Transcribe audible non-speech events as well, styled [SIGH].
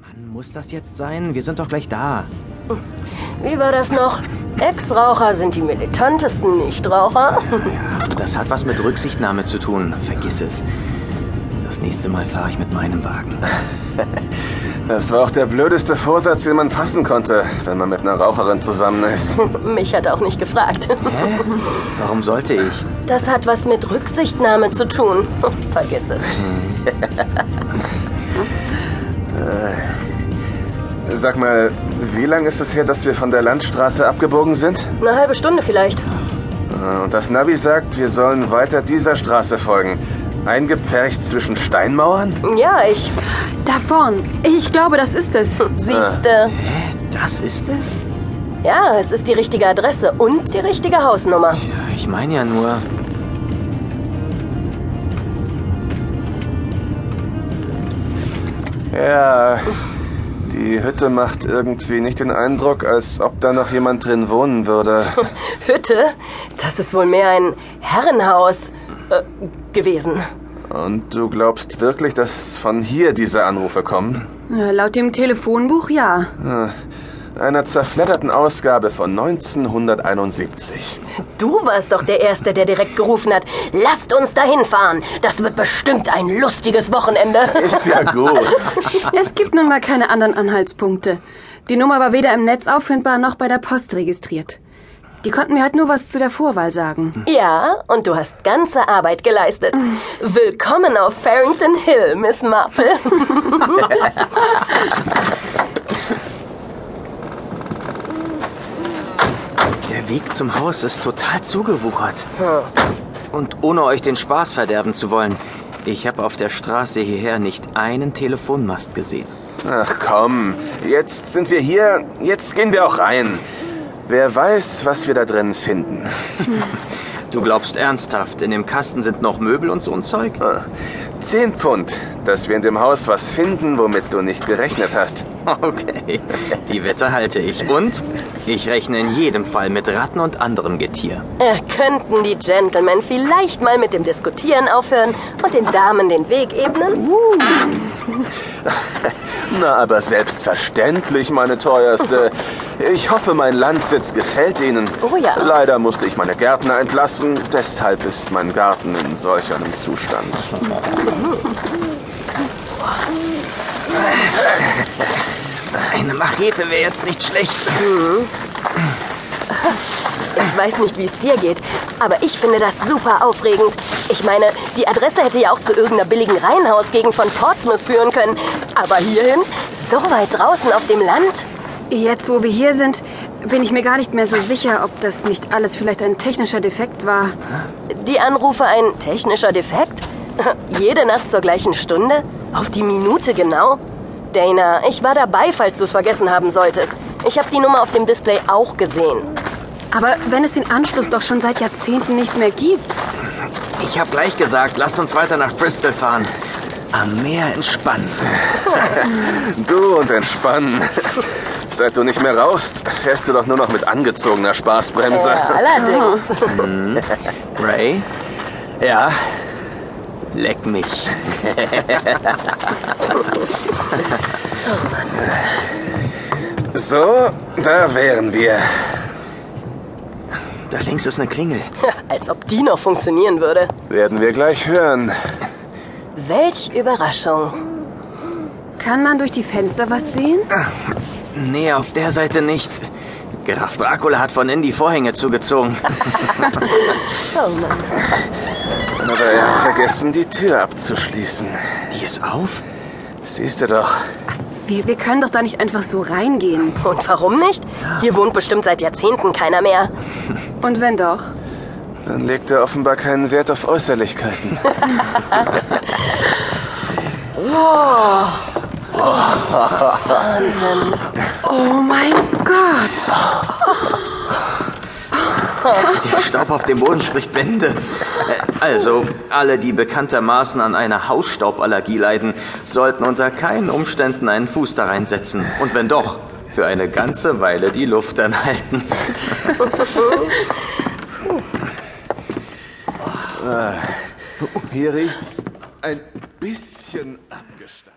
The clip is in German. Mann, muss das jetzt sein? Wir sind doch gleich da. Wie war das noch? Ex-Raucher sind die militantesten Nichtraucher. [LAUGHS] Das hat was mit Rücksichtnahme zu tun. Vergiss es. Das nächste Mal fahre ich mit meinem Wagen. Das war auch der blödeste Vorsatz, den man fassen konnte, wenn man mit einer Raucherin zusammen ist. Mich hat auch nicht gefragt. Hä? Warum sollte ich? Das hat was mit Rücksichtnahme zu tun. [LAUGHS] Vergiss es. Sag mal, wie lange ist es her, dass wir von der Landstraße abgebogen sind? Eine halbe Stunde vielleicht. Und das Navi sagt, wir sollen weiter dieser Straße folgen. Eingepfercht zwischen Steinmauern? Ja, ich Da vorn. Ich glaube, das ist es. siehste. Hä? Das ist es? Ja, es ist die richtige Adresse und die richtige Hausnummer. Ja, Ich meine ja nur. Ja, die Hütte macht irgendwie nicht den Eindruck, als ob da noch jemand drin wohnen würde. Hütte? Das ist wohl mehr ein Herrenhaus äh, gewesen. Und du glaubst wirklich, dass von hier diese Anrufe kommen? Ja, Laut dem Telefonbuch ja. Einer zerfledderten Ausgabe von 1971. Du warst doch der Erste, der direkt gerufen hat. Lasst uns dahin fahren. Das wird bestimmt ein lustiges Wochenende. Ist ja gut. Es gibt nun mal keine anderen Anhaltspunkte. Die Nummer war weder im Netz auffindbar noch bei der Post registriert. Die konnten mir halt nur was zu der Vorwahl sagen. Ja, und du hast ganze Arbeit geleistet. Willkommen auf Farrington Hill, Miss Marple. Der Weg zum Haus ist total zugewuchert. Und ohne euch den Spaß verderben zu wollen, ich habe auf der Straße hierher nicht einen Telefonmast gesehen. Ach komm, jetzt sind wir hier, jetzt gehen wir auch rein. Wer weiß, was wir da drin finden. Du glaubst ernsthaft, in dem Kasten sind noch Möbel und so ein Zeug? Zehn Pfund, dass wir in dem Haus was finden, womit du nicht gerechnet hast. Okay, die Wette halte ich. Und ich rechne in jedem Fall mit Ratten und anderem Getier. Äh, Könnten die Gentlemen vielleicht mal mit dem Diskutieren aufhören und den Damen den Weg ebnen? Na, aber selbstverständlich, meine teuerste. Ich hoffe, mein Landsitz gefällt Ihnen. Oh ja. Leider musste ich meine Gärtner entlassen, deshalb ist mein Garten in solch einem Zustand. Eine Machete wäre jetzt nicht schlecht. Ich weiß nicht, wie es dir geht, aber ich finde das super aufregend. Ich meine, die Adresse hätte ja auch zu irgendeiner billigen Reihenhausgegend von Portsmouth führen können. Aber hierhin? So weit draußen auf dem Land? Jetzt, wo wir hier sind, bin ich mir gar nicht mehr so sicher, ob das nicht alles vielleicht ein technischer Defekt war. Die Anrufe ein technischer Defekt? [LAUGHS] Jede Nacht zur gleichen Stunde? Auf die Minute genau? Dana, ich war dabei, falls du es vergessen haben solltest. Ich habe die Nummer auf dem Display auch gesehen. Aber wenn es den Anschluss doch schon seit Jahrzehnten nicht mehr gibt. Ich habe gleich gesagt, lasst uns weiter nach Bristol fahren. Am Meer entspannen. Du und entspannen. Seit du nicht mehr rauchst, fährst du doch nur noch mit angezogener Spaßbremse. Ja, allerdings. [LAUGHS] Ray, Ja, leck mich. so, da wären wir. Da links ist eine Klingel. Als ob die noch funktionieren würde. Werden wir gleich hören. Welch Überraschung. Kann man durch die Fenster was sehen? Nee, auf der Seite nicht. Graf Dracula hat von innen die Vorhänge zugezogen. Oh Mann. Aber er hat vergessen, die Tür abzuschließen. Die ist auf? Siehst du doch. Wir, wir können doch da nicht einfach so reingehen. Und warum nicht? Hier wohnt bestimmt seit Jahrzehnten keiner mehr. Und wenn doch? Dann legt er offenbar keinen Wert auf Äußerlichkeiten. Oh mein Gott! Der Staub auf dem Boden spricht Bände. Äh, Also, alle, die bekanntermaßen an einer Hausstauballergie leiden, sollten unter keinen Umständen einen Fuß da reinsetzen. Und wenn doch, für eine ganze Weile die Luft anhalten. Hier riecht's ein bisschen abgestanden.